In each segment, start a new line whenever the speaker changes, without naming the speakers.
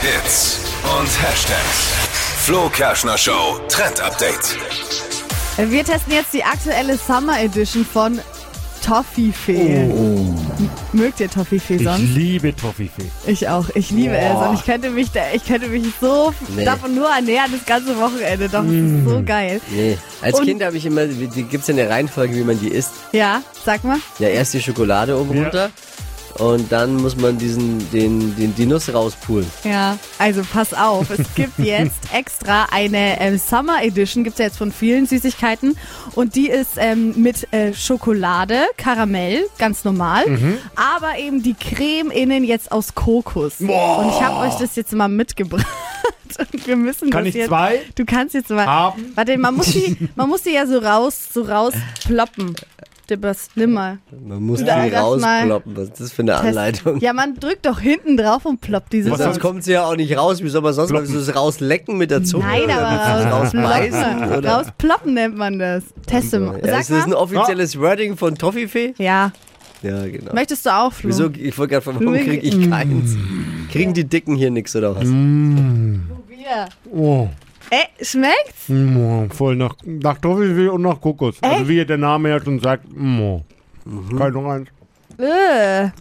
Hits und Hashtags. Flo Kerschner Show Trend Update.
Wir testen jetzt die aktuelle Summer Edition von Toffifee. Mögt ihr Toffifee sonst?
Ich liebe Toffifee.
Ich auch. Ich liebe es. Und ich könnte mich da, ich könnte mich so
Nee.
davon nur ernähren das ganze Wochenende. Doch, das ist so geil.
Nee. Als
Und-
Kind habe ich immer, die gibt's ja eine Reihenfolge, wie man die isst.
Ja, sag mal.
Ja, erst die Schokolade oben
Ja.
runter und dann muss man diesen, den, den, die Nuss rauspulen.
Ja, also pass auf, es gibt jetzt extra eine ähm, Summer Edition, gibt's ja jetzt von vielen Süßigkeiten und die ist ähm, mit äh, Schokolade, Karamell, ganz normal,
Mhm.
aber eben die Creme innen jetzt aus Kokos. Und ich habe euch das jetzt mal mitgebracht. Und wir müssen
Kann
das
ich
jetzt,
zwei?
Du kannst jetzt mal.
Haben?
Warte, man muss die, man muss die ja so raus, so rausploppen. Dibbers, nimm mal.
Man muss
Ja,
die
das mal
rausploppen. Was ist das für eine Anleitung?
Ja, man drückt doch hinten drauf und ploppt diese
Was
Sachen.
Sonst kommt sie ja auch nicht raus. Wie soll man sonst
Ploppen.
Soll man das rauslecken mit der Zunge?
Nein,
oder willst du
aber
das rausbeißen?
rausploppen.
Oder?
Rausploppen nennt man das. Teste mal.
ja, ist
Sag
das ein
mal.
offizielles Wording von Toffifee?
Ja.
Ja, genau.
Möchtest du auch, Flo?
Wieso? Ich wollte gerade fragen, warum
Nur-
kriege ich keins? Kriegen die Dicken hier nichts oder was?
Mm.
Bier.
Oh,
Ey, schmeckt's?
mm, voll nach, nach Toffifee und nach Kokos. Also wie der Name ja schon sagt. Mm.
Mhm.
Keine Ahnung.
Äh,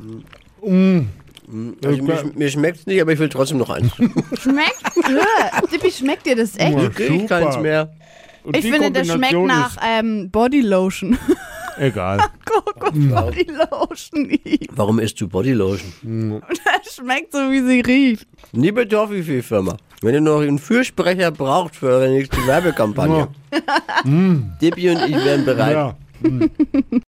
Also, mir, mir schmeckt's nicht, aber ich will trotzdem noch eins.
schmeckt. Äh. Dippi, schmeckt dir das echt?
Ja,
Hier kriege ich
super.
keins mehr.
Und
Ich
die
finde, das schmeckt
Kombination
nach ähm, Bodylotion.
Ist egal.
Kokos Bodylotion.
Warum isst du Bodylotion?
Das schmeckt so, wie sie riecht.
Liebe Toffifee-Firma, wenn ihr noch einen Fürsprecher braucht für eure nächste Werbekampagne, Dippi und ich wären bereit.
ja.